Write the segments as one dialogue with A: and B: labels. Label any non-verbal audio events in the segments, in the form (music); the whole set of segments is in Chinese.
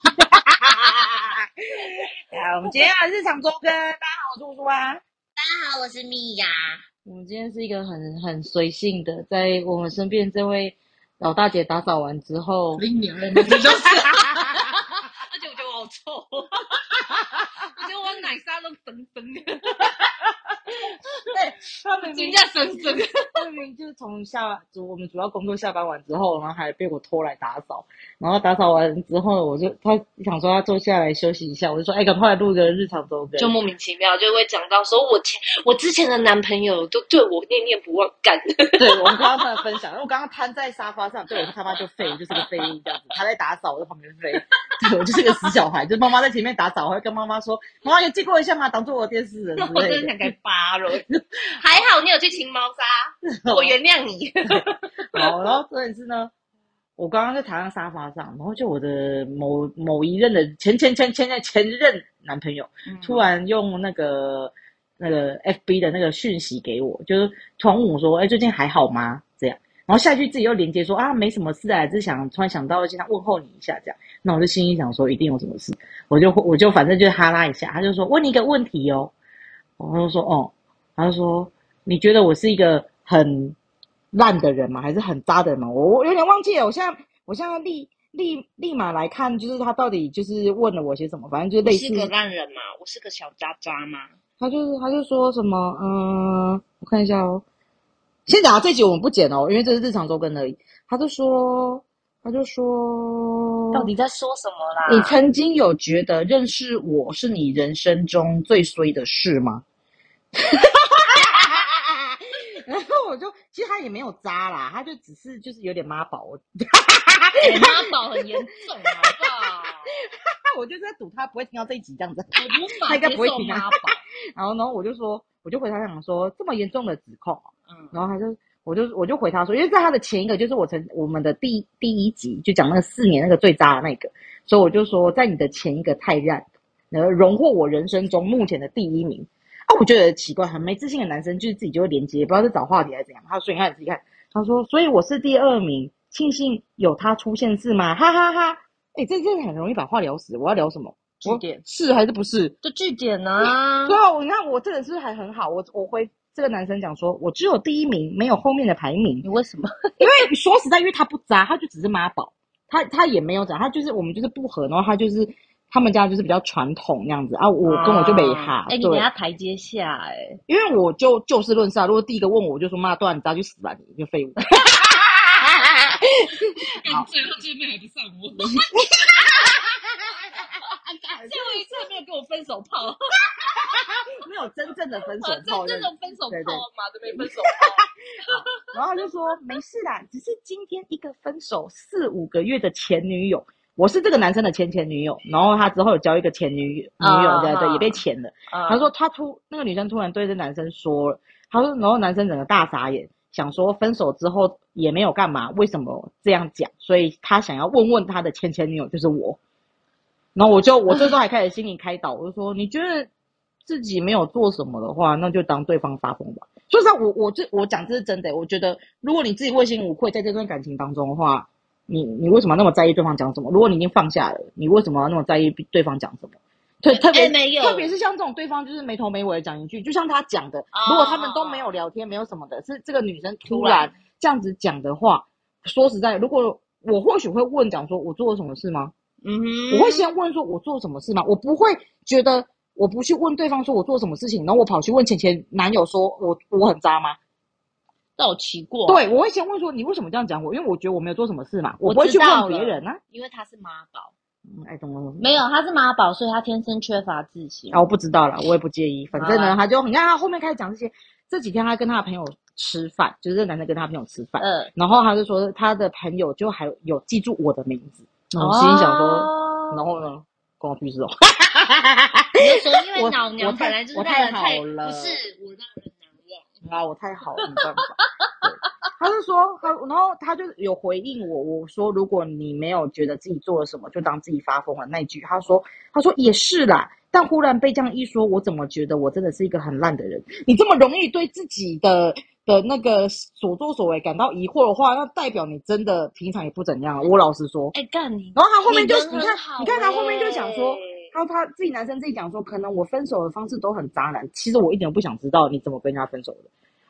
A: (laughs)
B: 啊
C: 啦，我们今天还是常周更。大家好，我是吴叔啊。
A: 大家好，我是米娅。
B: 我们今天是一个很很随性的，在我们身边这位老大姐打扫完之后，
A: 零年了，你就是。而且我觉得我好臭，我觉得我奶沙都生生的，
C: 他明
A: 金
C: 明
A: 价生生的。
B: 她明 (laughs) 明就是从下主我们主要工作下班完之后，然后还被我拖来打扫，然后打扫完之后，我就她想说她坐下来休息一下，我就说哎，赶快来录个日常周更，
A: 就莫名其妙就会讲到说，我前我之前的男朋友都对我念念不忘，干
B: (laughs) 对，我们刚刚在分享，因为我刚刚瘫在沙发上，对我的沙发就废，就是个废物这样子。他在打扫，我在旁边飞，对我就是个死小孩，就是妈妈在前面打扫，我会跟妈妈说：“妈妈，有经过一下吗？挡住我的电视了之
C: 我
B: 类
C: 真的
B: 的。
C: 想给扒了。
A: 还好你有去情猫杀，
D: (laughs)
A: 我原谅你。
B: 好，然后这一次呢，我刚刚就躺在沙发上，然后就我的某某一任的前前前前前前任男朋友，
A: 嗯
B: 突然用那个那个 FB 的那个讯息给我，就是突然问我说：“哎、最近还好吗？”这样，然后下一句自己又连接说：“啊，没什么事啊，只是想突然想到，就想问候你一下这样。”那我就心里想说，一定有什么事，我就我就反正就哈拉一下，他就说：“问你一个问题哦。”我就说：“哦。”他就说：“你觉得我是一个很烂的人吗？还是很渣的人吗？”我我有点忘记了，我现在我现在立立立马来看，就是他到底就是问了我些什么，反正就
A: 我
B: 类似
A: 是个烂人嘛，我是个小渣渣嘛。
B: 他就是他就说什么，嗯、我看一下哦。先讲啊这集我们不剪哦，因为这是日常周更而已。他就说，他就说，
A: 到底在说什么啦？
B: 你曾经有觉得认识我是你人生中最衰的事吗？ (laughs) 然后我就，其实他也没有渣啦，他就只是就是有点妈宝。我 (laughs)
A: 我妈宝很严重，好不好？
B: 我就是在赌他不会听到这一集这样子。
A: 我无
B: 他
A: 法
B: 应该
A: 接
B: 不会
A: 受
B: 听啊
A: 妈宝。
B: 然后，然后我就说，我就回他想说，这么严重的指控哦，
A: 嗯，
B: 然后他就，我就我就回他说，因为在他的前一个就是我曾我们的第第一集就讲那个四年那个最渣的那个，所以我就说在你的前一个太烂，然后荣获我人生中目前的第一名啊，我觉得奇怪，很没自信的男生就是自己就会连接，不知道是找话题还是怎样。他说你看你自己看，他说所以我是第二名，庆幸有他出现是吗？哈哈哈哎、这这很容易把话聊死，我要聊什么？我
A: 点
B: 是还是不是？
A: 就据点啊
B: 对。啊，我你看我这个是不是还很好？我我回这个男生讲说，我只有第一名，没有后面的排名。 (laughs)
A: 你为什么？
B: 因为说实在，因为他不渣，他就只是妈宝，他他也没有讲，他就是我们就是不合，然后他就是他们家就是比较传统那样子啊。我跟我就没
D: 哦
B: 哈，
A: 哎、你给
B: 对
A: 他，台阶下、哎，
B: 因为我就就事论事啊。如果第一个问我，我就说妈，对啊，你渣去死吧，你就废物。
A: 最后见面还不上
B: (laughs)
A: 我，最后一次没有跟我分手炮，
B: (laughs) 没有真正的分手
A: 啊
B: 炮，
D: 哦
A: 这这种分手
B: 对
A: 炮
B: 对
A: 嘛，都没分
B: (laughs)
A: 手炮，
B: 然后他就说没事啦，只是今天一个分手四五个月的前女友，我是这个男生的前前女友，然后他之后有交一个前女友女友，对
A: 啊
B: 对，也被钱了。
D: 嗯
B: 他
A: 嗯
B: 说他突那个女生突然对这男生说了，他说，然后男生整个大傻眼，想说分手之后也没有干嘛，为什么这样讲？所以他想要问问他的前前女友就是我。然后我就我这时候还开始心灵开导，我就说你觉得自己没有做什么的话，那就当对方发疯吧。说实在，我我这我讲这是真的，我觉得如果你自己问心无愧，在这段感情当中的话，你你为什么那么在意对方讲什么？如果你已经放下了，你为什么要那么在意对方讲什么？特特别、
A: 哎没有
B: 特别是像这种对方就是没头没尾的讲一句，就像他讲的，
A: 啊
B: 如果他们都没有聊天，没有什么的，是这个女生突然这样子讲的话，说实在，如果我或许会问讲说，我做了什么事吗？
A: 嗯哼，
B: 我会先问说我做什么事吗？我不会觉得我不去问对方说我做什么事情，然后我跑去问前前男友说我我很渣吗？
A: 这好奇怪，，
B: 对，我会先问说你为什么这样讲我？因为我觉得我没有做什么事嘛，我
A: 我
B: 不会去
A: 知道
B: 问别
A: 了
B: 人啊。
A: 因为他是妈宝，
B: 嗯，哎，怎么？
A: 没有，他是妈宝，所以他天生缺乏自信。
B: 啊，我不知道啦，我也不介意。反正
A: 好
B: 呢，
A: 啦
B: 他就你看他后面开始讲这些，这几天他跟他的朋友吃饭，就是这男的跟他朋友吃饭，
A: 呃，
B: 然后他就说他的朋友就还有记住我的名字，然后嗯我心里想说，
A: 哦
B: 然后呢，关我屁事哦。
A: 你就说因
B: 我
A: 为老娘
B: 我太
A: 本来就是
B: 我
A: 让
B: 太
A: 人
B: 好
A: 太
B: 了
A: 不是我让人难忘。
B: 啊，我太好了，没办法。对他就说他，然后他就有回应我，我说如果你没有觉得自己做了什么，就当自己发疯了那一句。他说，他说也是啦，但忽然被这样一说，我怎么觉得我真的是一个很烂的人？你这么容易对自己的的那个所作所为感到疑惑的话，那代表你真的平常也不怎样啊。我老实说，
A: 哎，干你！
B: 然后他后面就
A: 你人
B: 你
A: 很
B: 看
A: 好
D: 哎
B: 你看他后面就讲说
A: 欸
B: 然后他自己男生自己讲说，可能我分手的方式都很渣男，其实我一点都不想知道你怎么跟人家分手的。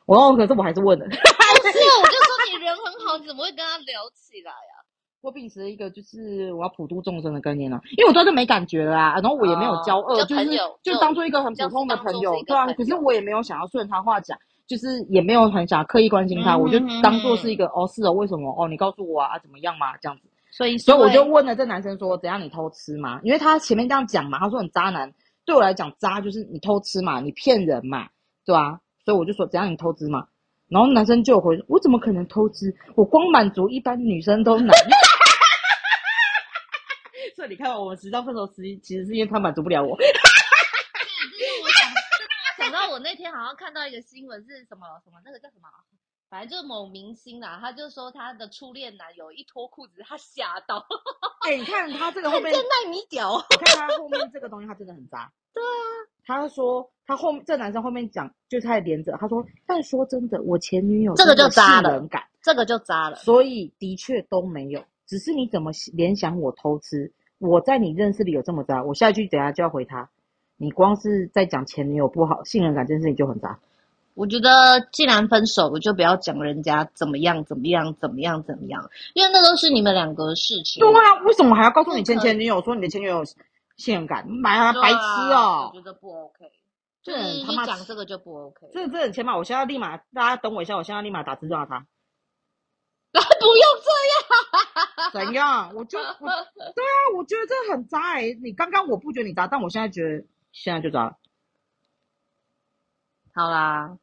B: 我哦，可是我还是问了， (laughs)
D: 不是，我就说你人很好，你怎么会跟他聊起来啊？
B: 我秉持一个就是我要普度众生的概念啦、因为我对这没感觉啦、然后我也没有交恶，
D: 哦
B: 就
D: 就是朋友
B: 就
D: 就
B: 当做一个很普通的
D: 就是当作
B: 朋
D: 是
B: 友
D: 一，个
B: 对啊。
D: 朋
B: 可是
D: 友
B: 我也没有想要顺他话讲，就是也没有很想刻意关心他，
D: 嗯
B: 我就
D: 嗯嗯
B: 当做是一个哦，是哦，为什么哦？你告诉我啊，啊怎么样嘛，这样子。
D: 所以，
B: (laughs) 所以我就问了这男生说：“怎样？你偷吃吗？”因为他前面这样讲嘛，他说很渣男。对我来讲，渣就是你偷吃嘛，你骗人嘛，对吧、所以我就说：“怎样？你偷吃嘛？”然后男生就有回：“我怎么可能偷吃？我光满足一般女生都难。” (laughs) 所以你看，我们十张分手十一，其实是因为他满足不了
D: 哦
B: 我。
D: 就是我想，想到我那天好像看到一个新闻是什么什么那个叫什么啊，反正就是某明星啦，他就说他的初恋男友一脱裤子，他吓到，
B: 哎、你看他这个后
D: 看 (laughs)
B: 面
D: 见纳米屌，
B: 我看他后面这个东西，他真的很渣。对啊，他说他后这男生后面讲，就是他的连着，他说，但说真的，我前女友
D: 这个
B: 真
D: 就
B: 的
D: 渣
B: 信
D: 了
B: 任感，
D: 这个就渣了。
B: 所以的确都没有，只是你怎么联想我偷吃？我在你认识里有这么渣，我下一句等下就要回他。你光是在讲前女友不好，信任感这件事情就很渣。
D: 我觉得既然分手，我就不要讲人家怎么样怎么样怎么样怎么样，因为那都是你们两个的事情。
B: 对啊，为什么还要告诉你
D: 不可
B: 前
D: 能
B: 前女友说你的前女友有信任感？买啊，
D: 对啊
B: 白痴哦、
D: 我觉得不 OK，就
B: 这很
D: 是
B: 他
D: 你
B: 妈
D: 讲这个就不 OK。
B: 这这很欠骂！我现在立马，大家等我一下，我现在立马打字
D: (laughs)
B: 骂他。
D: 不用这
B: 怎样？我
D: (laughs)
B: 就我对啊，我觉得这很渣哎、你刚刚我不觉得你渣，但我现在觉得现在就渣了。
D: 样，好啦，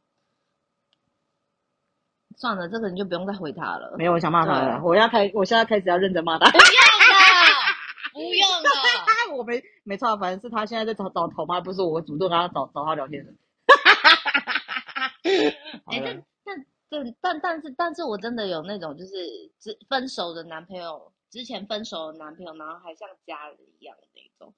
D: 算了，这个你就不用再回他了。
B: 没有，我啊想骂他了。
D: 对啊
B: 我要开，我现在开始要认真骂他。
D: 不用了，
B: (laughs) 哎我没没错，反正是他现在在找找头妈，不是我主动跟他找找他聊
D: (laughs)
B: 天的。好
D: 哎、
B: 了
D: 但但但但但是但是我真的有那种就是之分手的男朋友，之前分手的男朋友，然后还像家人一样的那种，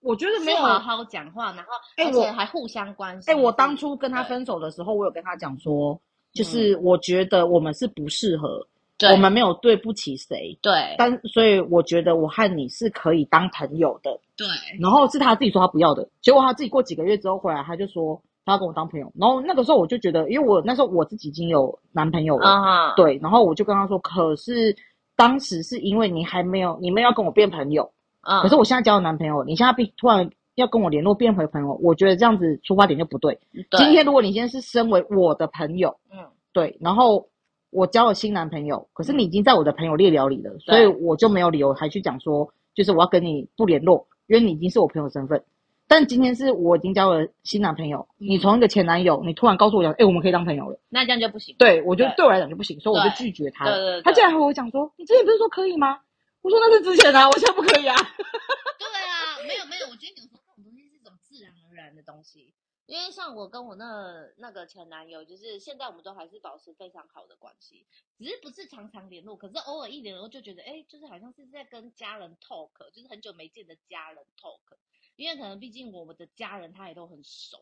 B: 我觉得没
D: 是
B: 有。
D: 好好讲话，然后
B: 哎
D: 而
B: 我
D: 且还互相关心。
B: 哎、我当初跟他
D: 对
B: 分手的时候，我有跟他讲说，就是我觉得我们是不适合，
D: 嗯对
B: 我们没有对不起谁，
D: 对
B: 但所以我觉得我和你是可以当朋友的。
D: 对
B: 然后是他自己说他不要的，结果他自己过几个月之后回来，他就说他要跟我当朋友。然后那个时候我就觉得，因为我那时候我自己已经有男朋友了，
D: 啊，
B: 对，然后我就跟他说，可是当时是因为你还没有，你们要跟我变朋友，
D: 嗯，
B: 可是我现在交了男朋友，你现在必突然要跟我联络变回朋友，我觉得这样子出发点就不对。
D: 对
B: 今天如果你今天是身为我的朋友，
D: 嗯
B: 对，然后我交了新男朋友，可是你已经在我的朋友列表里了，所以我就没有理由还去讲说，就是我要跟你不联络，因为你已经是我朋友身份。但今天是我已经交了新男朋友，
D: 嗯
B: 你从一个前男友，你突然告诉我讲，哎、我们可以当朋友了，
D: 那这样就不行。
B: 对我觉得
D: 对
B: 对我来讲就不行，所以我就
D: 对
B: 拒绝他
D: 对
B: 了。
D: 对对，
B: 他竟然和我讲说，你之前不是说可以吗？我说那是之前啊，我现在不可以啊。
D: (laughs) 对啊，没有没有，我觉得有时候这种东西是一种自然而然的东西。因为像我跟我那那个前男友，就是现在我们都还是保持非常好的关系，只是不是常常联络，可是偶尔一联络就觉得，哎，就是好像是在跟家人 talk，就是很久没见的家人 talk。因为可能毕竟我们的家人他也都很熟，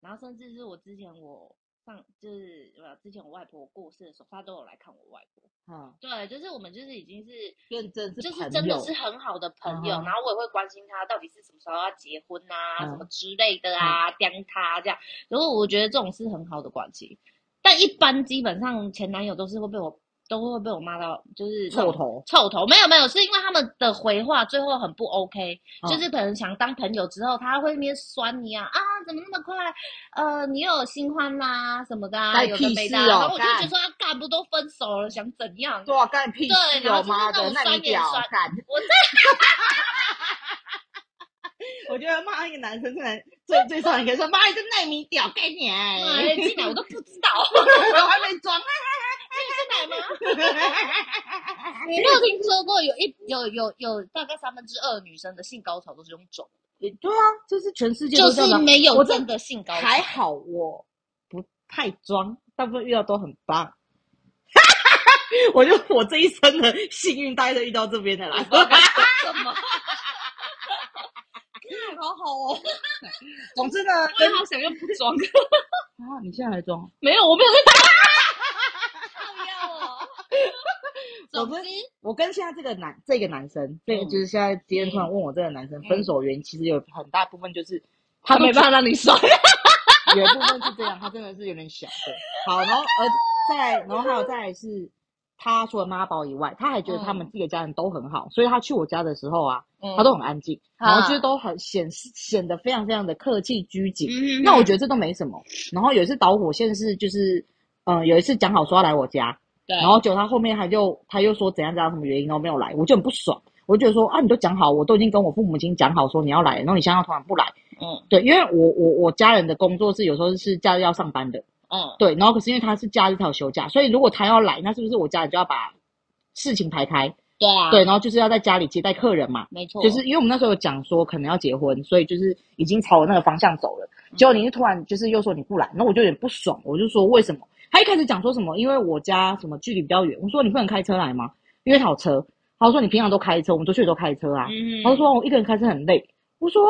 D: 然后甚至是我之前我上就是呃之前我外婆过世的时候，他都有来看我外婆。
B: (laughs) 嗯，
D: 对，就是我们就是已经是
B: 认真是
D: 就是
B: 朋
D: 真的
B: 友
D: 是很好的朋
B: 嗯
D: 友，
B: 哼
D: 然后我也会关心他到底是什么时候要结婚啊，什么
B: 嗯
D: 之类的啊，刁他这样。然后我觉得这种是很好的关系，但一般基本上前男友都是会被我都会被我骂到，就是那
B: 臭
D: 种
B: 头，
D: 臭头。没有没有，是因为他们的回话最后很不 OK，、
B: 嗯
D: 就是可能想当朋友之后，他会那边酸你啊啊，怎么那么快？呃，你又有新欢啦、什么的、啊，
B: 干
D: 有
B: 屁
D: 的没
B: 事
D: 的啊、
B: 哦
D: 然后我就
B: 干
D: 觉得说，啊干不都分手了，想怎样？
B: 对啊，干屁
D: 对
B: 事
D: 然后
B: 哦，
D: 就是
B: 妈
D: 那
B: 的
D: 种，
B: 那你
D: 酸言
B: 屌
D: 酸
B: 干！
D: 我
B: (laughs) 我觉得骂一个男生最难最最伤人，可以说骂一个耐米屌概念，
D: 妈呀，哎进来我都不知道，
B: 我还没
D: (laughs)
B: 装。啊
D: 进来吗？ (laughs) 你没有听说过有一有有有大概三分之二女生的性高潮都是用肿，
B: 也 (laughs) 对啊，就是全世界
D: 就
B: 都这样
D: 是
B: 吧
D: 没有
B: 我这
D: 真的性高潮。
B: 还好我不太装，大部分遇到都很棒。 (laughs) 我就我这一生的幸运，大概就遇到这边 (laughs) 的啦。
D: 什么？好好哦，
B: 总之呢，
A: 我也好想要不装，
B: (laughs)
D: (laughs)
B: 啊，你现在还装？
D: (laughs)
A: 没有，我没有在
D: 好要哦。
B: 我
D: 总
B: 不
D: 之
B: 是我跟现在这个男这个男生，这个就是现在今天突然问我这个男生分手原因，其实有很大部分就是
A: 他
B: 都 (laughs)
A: 没办法让你甩。
B: 有一部分是这样，他真的是有点小对。好，然后而再来然后还有再来是，他除了妈宝以外，他还觉得他们自己的家人都很好，所以他去我家的时候啊，
D: 嗯 (laughs)
B: 他都很安静，然后就是都很显示显得非常非常的客气拘谨。
D: 嗯
B: 那我觉得这都没什么。然后有一次导火线是就是，嗯、有一次讲好说要来我家，
A: 对
B: 然后结果他后面他就他又说怎样怎样什么原因，然后没有来，我就很不爽。我就觉得说啊，你都讲好，我都已经跟我父母亲讲好说你要来，然后你现在突然不来，
A: 嗯，
B: 对，因为我我我家人的工作是有时候是假日要上班的，
A: 嗯，
B: 对，然后可是因为他是假日他有休假，所以如果他要来，那是不是我家里就要把事情排开？
D: 对啊，
B: 对，然后就是要在家里接待客人嘛，
D: 没错，
B: 就是因为我们那时候有讲说可能要结婚，所以就是已经朝那个方向走了。结果你就突然就是又说你不来，那我就有点不爽，我就说为什么？他一开始讲说什么，因为我家什么距离比较远，我说你不能开车来吗？因为他有车，他说你平常都开车，我们出去都开车啊。
D: 嗯
B: 他就说我一个人开车很累，我说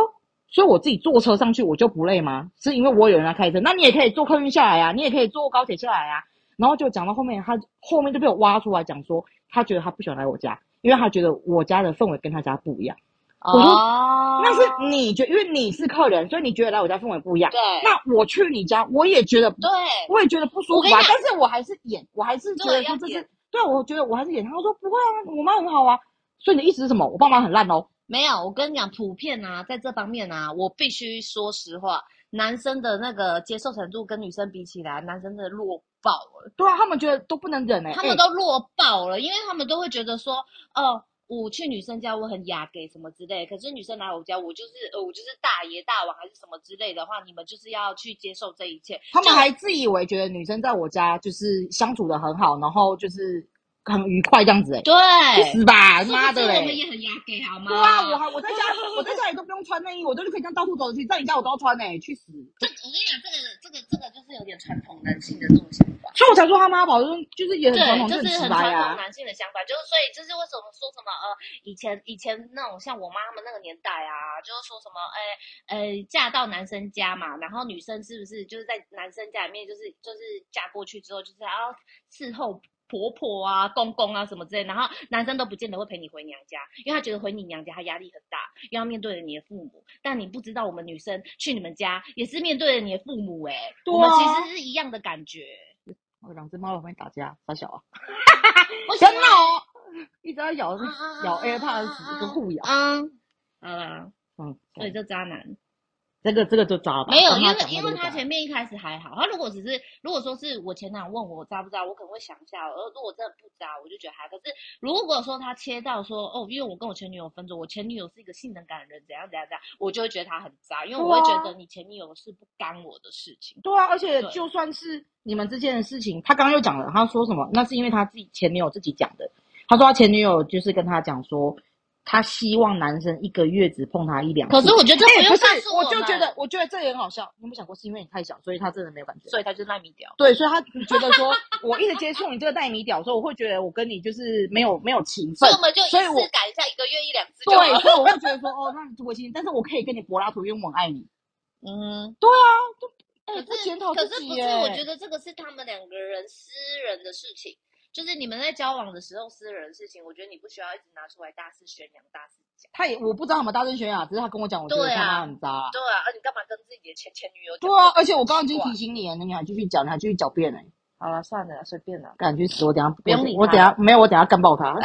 B: 所以我自己坐车上去我就不累吗？是因为我有人来开车，那你也可以坐客运下来啊，你也可以坐高铁下来啊。然后就讲到后面，他后面就被我挖出来讲说，他觉得他不喜欢来我家，因为他觉得我家的氛围跟他家不一样。我说
D: 哦，
B: 那是你觉，因为你是客人，所以你觉得来我家氛围不一样。
D: 对
B: 那我去你家，我也觉得，
D: 对
B: 我也觉得不舒
D: 我跟
B: 服
D: 你
B: 啊。
D: 讲
B: 但是我还是演，我还是觉得
D: 对要
B: 说这
D: 演
B: 是对，我觉得我还是演。他说不会啊，我妈很好啊。所以你的意思是什么？我爸妈很烂哦。
D: 没有，我跟你讲，普遍啊，在这方面啊，我必须说实话，男生的那个接受程度跟女生比起来，男生真的弱爆了，
B: 对啊，他们觉得都不能忍哎、
D: 他们
B: 哎
D: 都弱爆了，因为他们都会觉得说，哦，我去女生家我很雅给什么之类，可是女生来我家，我就是呃我就是大爷大王还是什么之类的话，你们就是要去接受这一切，
B: 他们还自以为觉得女生在我家就是相处的很好，然后就是很愉快这样子哎、
D: 对，
B: 去死吧，
D: 是不
B: 妈的
D: 是我们
B: 嘞！
D: 也很雅给好吗？
B: 对啊，我还我在家，我在家里都不用穿内衣，我都是可以这样到处走去，在你家我都要穿哎、去死！
D: 这我跟你讲，这个这个这个就是有点传统男性的这种想法。
B: 所以我才说他妈宝就是就是也很传统，
D: 对，这是
B: 很直
D: 很
B: 白
D: 传统
B: 啊。
D: 男性的想法，就是所以就是为什么说什么呃，以前以前那种像我妈他们那个年代啊，就是说什么哎呃嫁到男生家嘛，然后女生是不是就是在男生家里面就是就是嫁过去之后就是还要伺候。婆婆啊，公公啊，什么之类，然后男生都不见得会陪你回娘家，因为他觉得回你娘家他压力很大，又要面对着你的父母。但你不知道，我们女生去你们家也是面对着你的父母、欸，哎，
B: 对
D: 我们
B: 啊
D: 其实是一样的感觉。
B: 我两只猫在旁边打架，傻小啊，
D: 不行
B: 真的哦，一直在咬
D: 啊啊啊
B: 咬
D: 啊
B: AirPods
D: 啊
B: 跟互咬。
D: 嗯，好啦，
B: 嗯，
D: 所以这渣男
B: 这个这个就渣了吧。
D: 没有，
B: 跟
D: 因
B: 他
D: 为
B: 讲
D: 因
B: 的
D: 为
B: 就
D: 他
B: 渣
D: 前面一开始还好，他如果只是如果说是我前男友问我渣不渣，我可能会想一下，呃，如果真的不渣，我就觉得还好。可是如果说他切到说哦，因为我跟我前女友分手，我前女友是一个性能感的人，怎样怎样怎样，我就会觉得他很渣，因为我会
B: 对啊
D: 觉得你前女友是不干我的事情。
B: 对啊，而且
D: 对
B: 就算是你们之间的事情，他刚刚又讲了，他说什么？那是因为他自己前女友自己讲的。他说他前女友就是跟他讲说，他希望男生一个月只碰他一两次。
D: 可是我觉得这
B: 哎、
D: 不
B: 不
D: 用
B: 是
D: 告诉，
B: 我
D: 我
B: 就
D: 嘛
B: 觉得，我觉得这也很好笑。你有没有想过，是因为你太小，所以他真的没有感觉？
D: 所以他就赖米屌。
B: 对，所以他觉得说，我一直接触你这个带米屌，所以我会觉得我跟你就是没有没有情
D: 所
B: 分
D: 以我，们就一
B: 所以我
D: 次改一下，一个月一两次就好。
B: 对，所以我会觉得说，哦，那你我心，但是我可以跟你柏拉图，因为我很爱你。
D: 嗯，
B: 对啊，就哎、
D: 可
B: 不
D: 是
B: 检讨
D: 可
B: 自
D: 是
B: 己
D: 不是？
B: 耶。
D: 我觉得这个是他们两个人私人的事情，就是你们在交往的时候私人的事情，我觉得你不需要一直拿出来大肆宣扬、大肆讲。
B: 他也我不知道他们大声宣扬，只是他跟我讲，我觉得
D: 对
B: 他
D: 啊
B: 妈很渣啊。
D: 对啊，啊你干嘛跟自己的前前女友讲？
B: 对啊，而且我刚刚已经
D: 奇怪
B: 提醒你了，你还继续讲，你还继续狡辩呢，
D: 好了，算了，随 (laughs) 便了。
B: 敢去死！我等下不
D: 用理他
B: 我等下没有，我等下干爆他。
D: (laughs)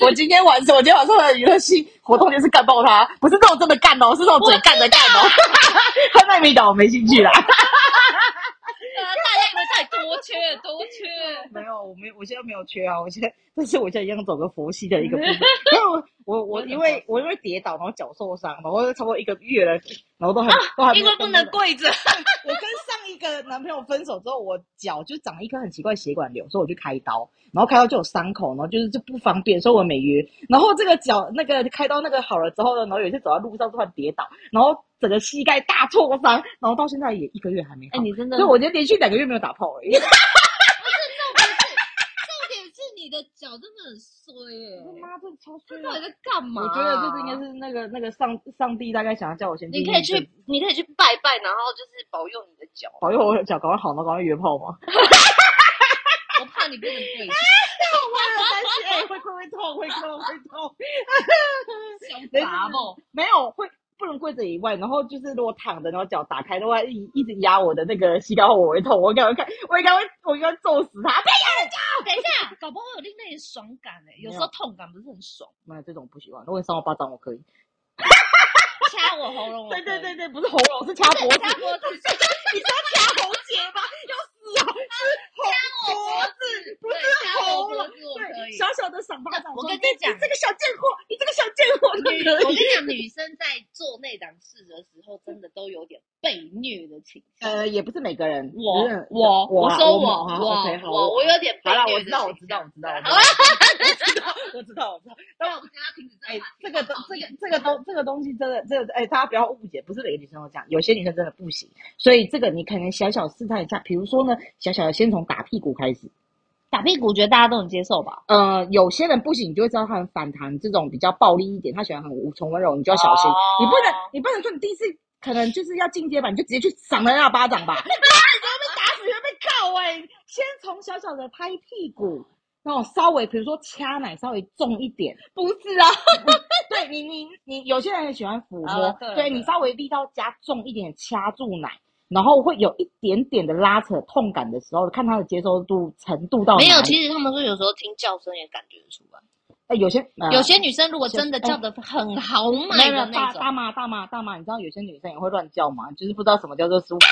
B: 我今天晚上，我今天晚上的娱乐性活动就是干爆他，不是这种真的干哦，是这种嘴干的干哦。 (laughs)
D: 啊
B: 他卖米岛我没兴趣啦。
D: 对啊，大家以为太多缺多
B: (laughs)
D: 缺。
B: 没有，我没，我现在没有缺啊，我现在， (laughs) 但是我现在一样走个佛系
D: (laughs)
B: 的一个部分。因为我我我因为我因为跌倒，然后脚受伤，然后差不多一个月了，然后都还、都还没
A: 因
B: 有
A: 为不
B: 动
A: 能
B: 过
A: 跪
B: (laughs)
A: 着。
B: 我跟上一个男朋友分手之后，我脚就长了一颗很奇怪的血管瘤，所以我去开刀，然后开刀就有伤口，然后就是就不方便，所以我没约。然后这个脚那个开刀那个好了之后呢，然后有一次走在路上突然跌倒，然后整个膝盖大挫伤，然后到现在也一个月还没好。
D: 哎，你 (laughs) 真的
B: 所以我就连续两个月没有打炮而已。
D: 重点是你的脚真的很衰耶、
B: 我妈，这超衰
D: 他到
B: 的
D: 底在干嘛、啊
B: 我觉得这是应该。是那个那个上上帝大概想要叫我先。
D: 你可以去，你可以去拜拜，然后就是保佑你的脚。
B: (laughs) 保佑我的脚赶快好，然后赶快约炮吗？
D: 我怕话你不能跪
B: 我有担心，哎，会会会痛，会痛，会痛。
A: 小杂毛，
B: 没有，会不能跪着以外，然后就是如果躺着，然后脚打开的话，一一直压我的那个膝盖后，我会痛。我应该会看，我应该会，我应该会揍死他。呸
D: 哎等一下，搞不好会有另类的爽感哎、有时
B: 没
D: 候痛感不是很爽，
B: 没有这种不喜欢。如果你扇我巴掌，我可以。
D: 掐我喉咙。
B: 对对对，对，不是喉咙，是掐脖子。
D: 掐脖子，
B: 你说掐喉结吗？要啊死啊！是喉脖子，不
D: 对，
B: 是
D: 掐我
B: 喉
D: 脖
B: 咙。
D: 子我可以
B: 小。小的赏巴掌，
D: 我
B: 说
D: 跟你
B: 这
D: 讲
B: 你这个小贱货，你这个小贱货，
D: 女我
B: 可
D: 跟
B: 以
D: 你。讲，女生在做那档事的时候，真的都有点被虐的倾向。
B: 呃，也不是每个人，
A: 我
B: 只是
A: 我
D: 我
B: 我啊
D: 说
B: 我
D: 我
B: 啊
D: 我
B: OK，好
D: 我我有点被
B: 好了，
D: 虐
B: 我
D: 的
B: 知道，我
D: 倾
B: 知道，
D: 向
B: 我知道，我
D: 好了，
B: 知道，
D: (laughs)
B: 我知道，我知道。
D: 那我们现在停止这个
B: 哎
D: 话题。，
B: 这个东
D: 好
B: 这个这个东这个东西真的，这个哎，大家不要误解，不是每个女生都这样，有些女生真的不行。所以这个你可能小小试探一下，比如说呢，小小的先从打屁股开始。
D: 打屁股，觉得大家都能接受吧？
B: 呃，有些人不行，你就会知道他很反弹，这种比较暴力一点，他喜欢很无从温柔，你就要小心。
D: 哦
B: 你不能，你不能说你第一次可能就是要进阶吧，你就直接去赏人家巴掌吧，那你就会被打死，会被告哎、先从小小的拍屁股，然后稍微比如说掐奶稍微重一点，
D: 不是啊，
B: 对你，你你有些人很喜欢抚摸，
D: 啊对对
B: 你稍微力道加重一点，掐住奶，然后会有一点点的拉扯痛感的时候，看他的接受度程度到哪
D: 没
B: 里。
D: 有。其实他们说有时候听叫声也感觉得出来。
B: 哎有些、呃、
D: 有些女生如果
B: 先
D: 真的
B: 哎
D: 叫的很豪
B: 没
D: 迈
B: 有没有
D: 的那
B: 大大
D: 种，
B: 妈大妈大妈，你知道有些女生也会乱叫吗？就是不知道什么叫做舒服的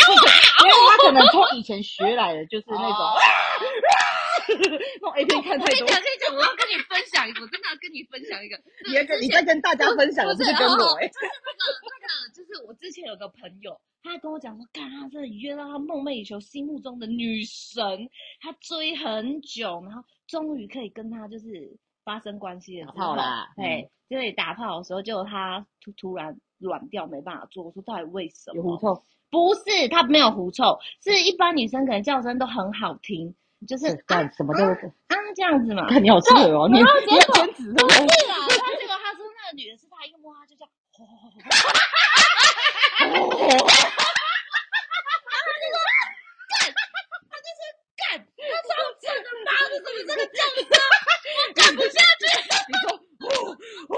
B: 叫，因为她可能从以前学来的，就是那种、那种 A 片看太
A: 我跟你。
B: 多
A: 讲，跟你讲，我要跟你分享一个，我真的要跟你分享一个。
B: 你在跟你在跟大家分享的，
D: 不
B: 不
D: 是
B: 是跟我
D: 哦
B: 哎、
D: 那个就是我之前有个朋友，他跟我讲说，干，他真的约到他梦寐以求心目中的女神，他追很久，然后终于可以跟她就是发生关系了
B: 打
D: 之
B: 炮
D: 后，
B: 啦嗯
D: 对，就是打炮的时候，结果他突突然软掉，没办法做，我说到底为什
B: 有狐
D: 么？
B: 臭，
D: 不是他没有狐臭，是一般女生可能叫声都很好听，就是
B: 是
D: 啊
B: 干什么都
D: 啊这样子嘛，
B: 看你好吃哦，你
D: 然后
B: 你
D: 结
B: 要
D: 果
B: 兼职是不是？
D: 对啦，他结果他说那个女的是他一摸他就这样，吼吼吼吼吼然后他就说干，他就说干，他超贱的，妈的，怎么这个叫声我干不下去？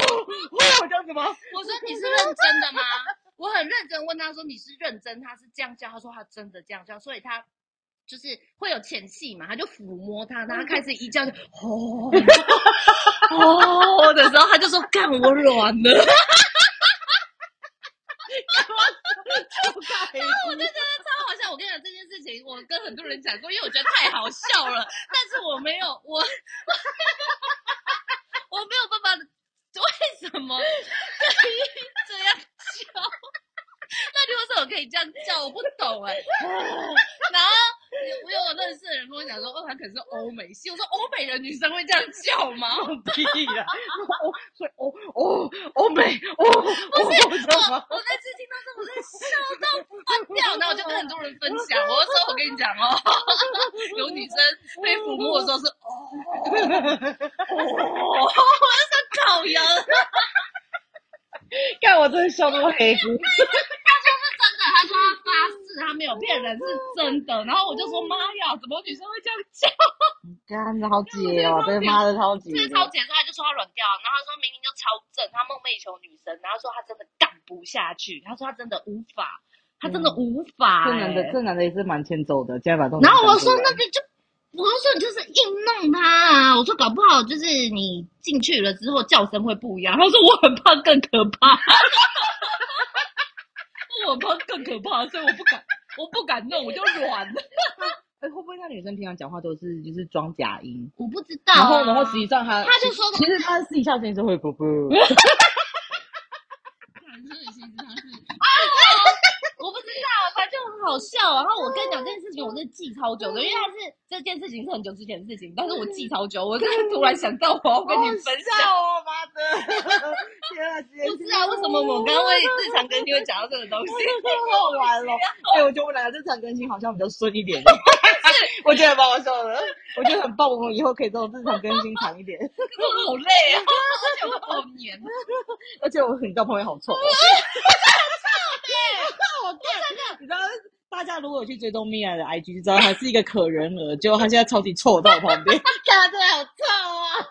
B: 哦，这样子吗？
D: 我说你是认真的吗？我很认真问他说你是认真，他是这样叫，他说他真的这样叫，所以他。就是会有前戏嘛，他就抚摸他，然后他开始一叫就
B: 哦
D: (laughs) 吼哦吼的时候，他就说干我软了。
B: 哦
A: 我
D: (laughs)
A: 就觉得超好笑。我跟你讲这件事情，我跟很多人讲过，因为我觉得太好笑了。但是我没有，我 (laughs) 我没有办法，为什么可以这样叫？那为什么可以这样叫？我不懂哎、 (laughs) 然后我有认识的人跟我讲说，哦，他可能是欧美系。我说欧美的女生会这样叫吗？
B: 屁呀！哦，所以哦哦欧美哦，不是知道吗？
A: (laughs) 我那次听到这，我真的笑到翻
D: (laughs)
A: 掉，然后我就跟很多人分享，我就说我跟你讲哦， (laughs) 有女生被抚摸的时候是哦，哦，我就说烤羊，真
B: 看我真的笑到黑咕。
A: 的，他说他发誓他没有骗人，是真的。然后我就说妈呀，怎么女生会这样 (laughs) 叫？
B: 干，好解哦，真的妈的超级
D: 这是超姐说，他就说他软掉，然后他说明明就超正，他梦寐以求女神，然后说他真的干不下去，他说他真的无法，他真
A: 嗯
D: 的无法、
B: 这男的，
D: 欸
B: 这男的也是蛮欠揍的，竟然把这种
D: 然后我
B: 男生
D: 说
B: 哦干
D: 那
B: 出来
D: 个就，我就说你就是硬弄他啊，我说搞不好就是你进去了之后叫声会不一样。他说我很怕更可怕，
A: 我怕更可怕，所以我不敢，我不敢弄，我就软了。
B: 哎，会不会那女生平常讲话都是就是装假音？
D: 我不知道、啊。
B: 然后，然后实际上她，
D: 他就说
B: 其实她私底下声音是会不不，
D: 我不知道，啊反正很好笑。啊然后我跟你讲这件事情，我是记超久的，因为它是这件事情是很久之前的事情，但是我记超久。我真的突然想到，我要跟你分享。
B: 哦，妈的！天啊，
D: 啊不知道为什么我刚刚会日常跟你会讲到这个东 (laughs) 西，
B: 好玩
D: 啊
B: 哦！哎、我觉得我们两个这场更新好像比较
D: (laughs)
B: 顺一点，我觉得蛮好笑的，我觉得很棒，我们以后可以这种日常更新长一点。
A: 可是我好累啊，而且我
D: 哦
A: 好黏。 (laughs)
B: (laughs) 啊而且我你知道旁边好臭、哦，好干！你知道大家如果有去追踪米娅的 IG，就知道她是一个可人 (laughs) 儿，结果她现在超级臭到我旁边。
D: 看真的好臭啊，好臭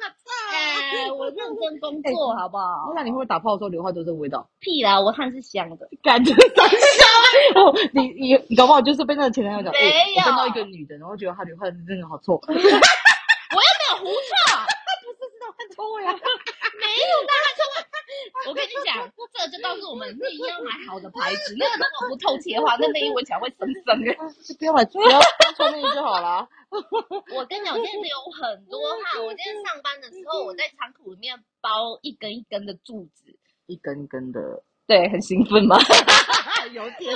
D: 好臭！哎，我认真工作好不好？
B: 那你会不会打炮的时候流汗都是味道？
D: 屁啦，我汗是香的。
B: 感觉三笑。 (laughs) 哦，你你你搞不好就是被那个前男友讲，
D: 没有
B: 欸我看到一个女的，然后觉得她流汗真的好臭，不是
A: 没有狐臭，
B: 知道汗臭味啊。
A: 我跟你讲，这就告诉我们内衣要买好的牌子，那个如果不透气的话，那内衣闻起来会生生的。
B: (laughs) 不要买，不要不要穿内衣就好啦。
D: 我跟你讲，我今天流很多汗。我今天上班的时候，我在仓库里面包一根一根的柱子，
B: 一根一根的，
A: 对，很兴奋吗？
B: 有点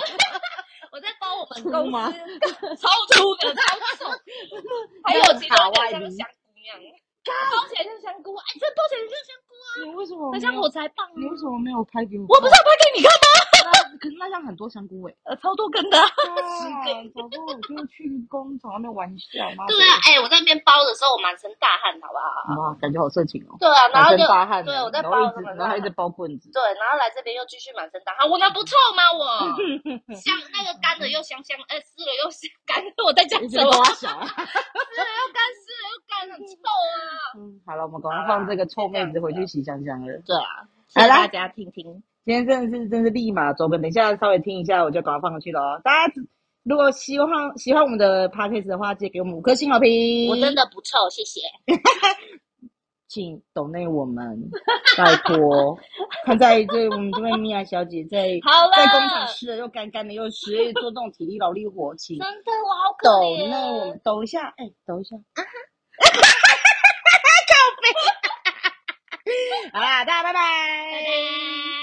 D: 我在包我
A: (laughs)
D: 们
B: 粗
D: (laughs)
B: 吗？
A: 超粗的，超 (laughs) 粗，还有其中一个像香菇一样，包起来像香菇，哎，这包起来像
D: 嗯
A: 香菇，
B: 你为什么？
A: 很像火，柴棒
B: 你为
A: 啊！
B: 什么没有拍给我？
A: 我不是要拍给你看吗？
B: 那可是那像很多香菇味。
A: 呃，超多根的，
B: 对，早知道我就去工厂那边玩一下嘛。
D: 对啊，哎，我在那边包的时候，我满身大汗，好不好？
A: 嗯
B: 哇，感觉好色情哦。
D: 对啊，然后就
B: 满身大汗呢，
D: 对我在
B: 然
D: 包
B: 后
D: 那
B: 一直
D: 个，
B: 然后一直包棍
D: (laughs)
B: 子。
D: 对，然后来这边又继续满身大汗，我能不臭吗？
A: (laughs)
D: 我香那个干的又香香，哎，湿了又香，干的我在讲
B: 一直
A: (laughs)
D: 什么？
B: 刮小 (laughs) 啊。
D: 湿了又干，湿了又干，很臭啊！
B: 嗯，好了，我们赶快放这个臭妹子回去洗香香了。
D: 对啊，
B: 好
D: 谢
B: 啦
D: 谢大家听听。
B: 今天真的是真是立马走本，等一下稍微听一下，我就赶快放上去了哦。大家如果喜欢喜欢我们的 podcast 的话，记得给我们五颗星哦好评。
D: 我真的不臭，谢谢。
B: 请抖内我们，拜
D: (laughs)
B: 托。看在这我们这位米娅小姐在
D: 好了，
B: 在工厂吃的又干干的又湿，又做这种体力劳力活，请
D: 真的我好可
B: 抖
D: 怜。啊
B: 内我们抖一下，哎、抖一下。 (laughs) (laughs) 好啦，大家拜
D: 拜
B: 拜
D: 拜。